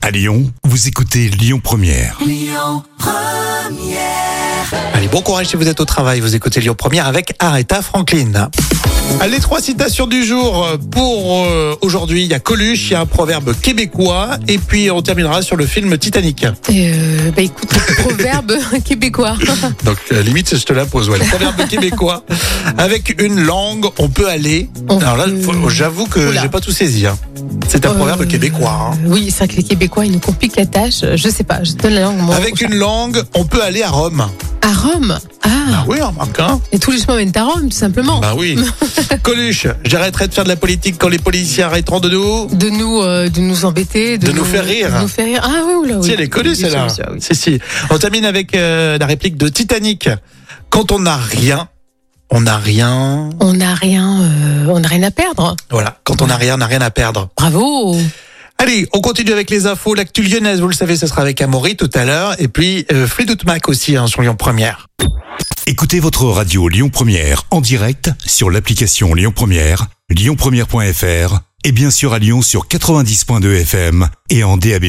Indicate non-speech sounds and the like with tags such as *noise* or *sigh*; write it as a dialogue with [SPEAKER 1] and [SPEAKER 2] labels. [SPEAKER 1] À Lyon, vous écoutez Lyon Première.
[SPEAKER 2] Allez, bon courage si vous êtes au travail. Vous écoutez Lyon Première avec Aretha Franklin. Les trois citations du jour pour euh, aujourd'hui. Il y a Coluche, il y a un proverbe québécois, et puis on terminera sur le film Titanic.
[SPEAKER 3] Euh, bah écoute,
[SPEAKER 2] *laughs*
[SPEAKER 3] proverbe québécois.
[SPEAKER 2] Donc euh, limite, je te la pose. Ouais, le proverbe québécois. Avec une langue, on peut aller.
[SPEAKER 3] On
[SPEAKER 2] Alors là,
[SPEAKER 3] peut-
[SPEAKER 2] faut- j'avoue que
[SPEAKER 3] Oula.
[SPEAKER 2] j'ai pas tout saisi. hein. C'est un
[SPEAKER 3] Euh,
[SPEAKER 2] proverbe québécois. hein.
[SPEAKER 3] Oui, c'est vrai que les Québécois, ils nous compliquent la tâche. Euh, Je sais pas, je donne la langue. moi, au
[SPEAKER 2] Avec
[SPEAKER 3] chat.
[SPEAKER 2] une langue, on peut aller à Rome.
[SPEAKER 3] À Rome. Ah,
[SPEAKER 2] Ah oui, remarque. hein.
[SPEAKER 3] et tous les chemins mènent à Rome, tout simplement.
[SPEAKER 2] Bah oui. *laughs* Coluche, j'arrêterai de faire de la politique quand les policiers arrêteront de nous.
[SPEAKER 3] De nous, euh, de nous embêter, de,
[SPEAKER 2] De nous faire rire.
[SPEAKER 3] de nous faire rire. Ah oui, oula, oui.
[SPEAKER 2] Si, elle est connue,
[SPEAKER 3] Oui,
[SPEAKER 2] celle-là.
[SPEAKER 3] oui, oui.
[SPEAKER 2] Si, si. On termine avec euh, la réplique de Titanic. Quand on n'a rien, on n'a rien.
[SPEAKER 3] On n'a rien, euh, on n'a rien à perdre.
[SPEAKER 2] Voilà. Quand on n'a rien, on n'a rien à perdre.
[SPEAKER 3] Bravo.
[SPEAKER 2] Allez, on continue avec les infos. L'actu lyonnaise, vous le savez, ce sera avec Amaury tout à l'heure. Et puis, euh, Fleetwood Mac aussi, hein, sur Lyon Première.
[SPEAKER 1] Écoutez votre radio Lyon Première en direct sur l'application Lyon Première, lyonpremière.fr et bien sûr à Lyon sur 90.2 FM et en DAB+.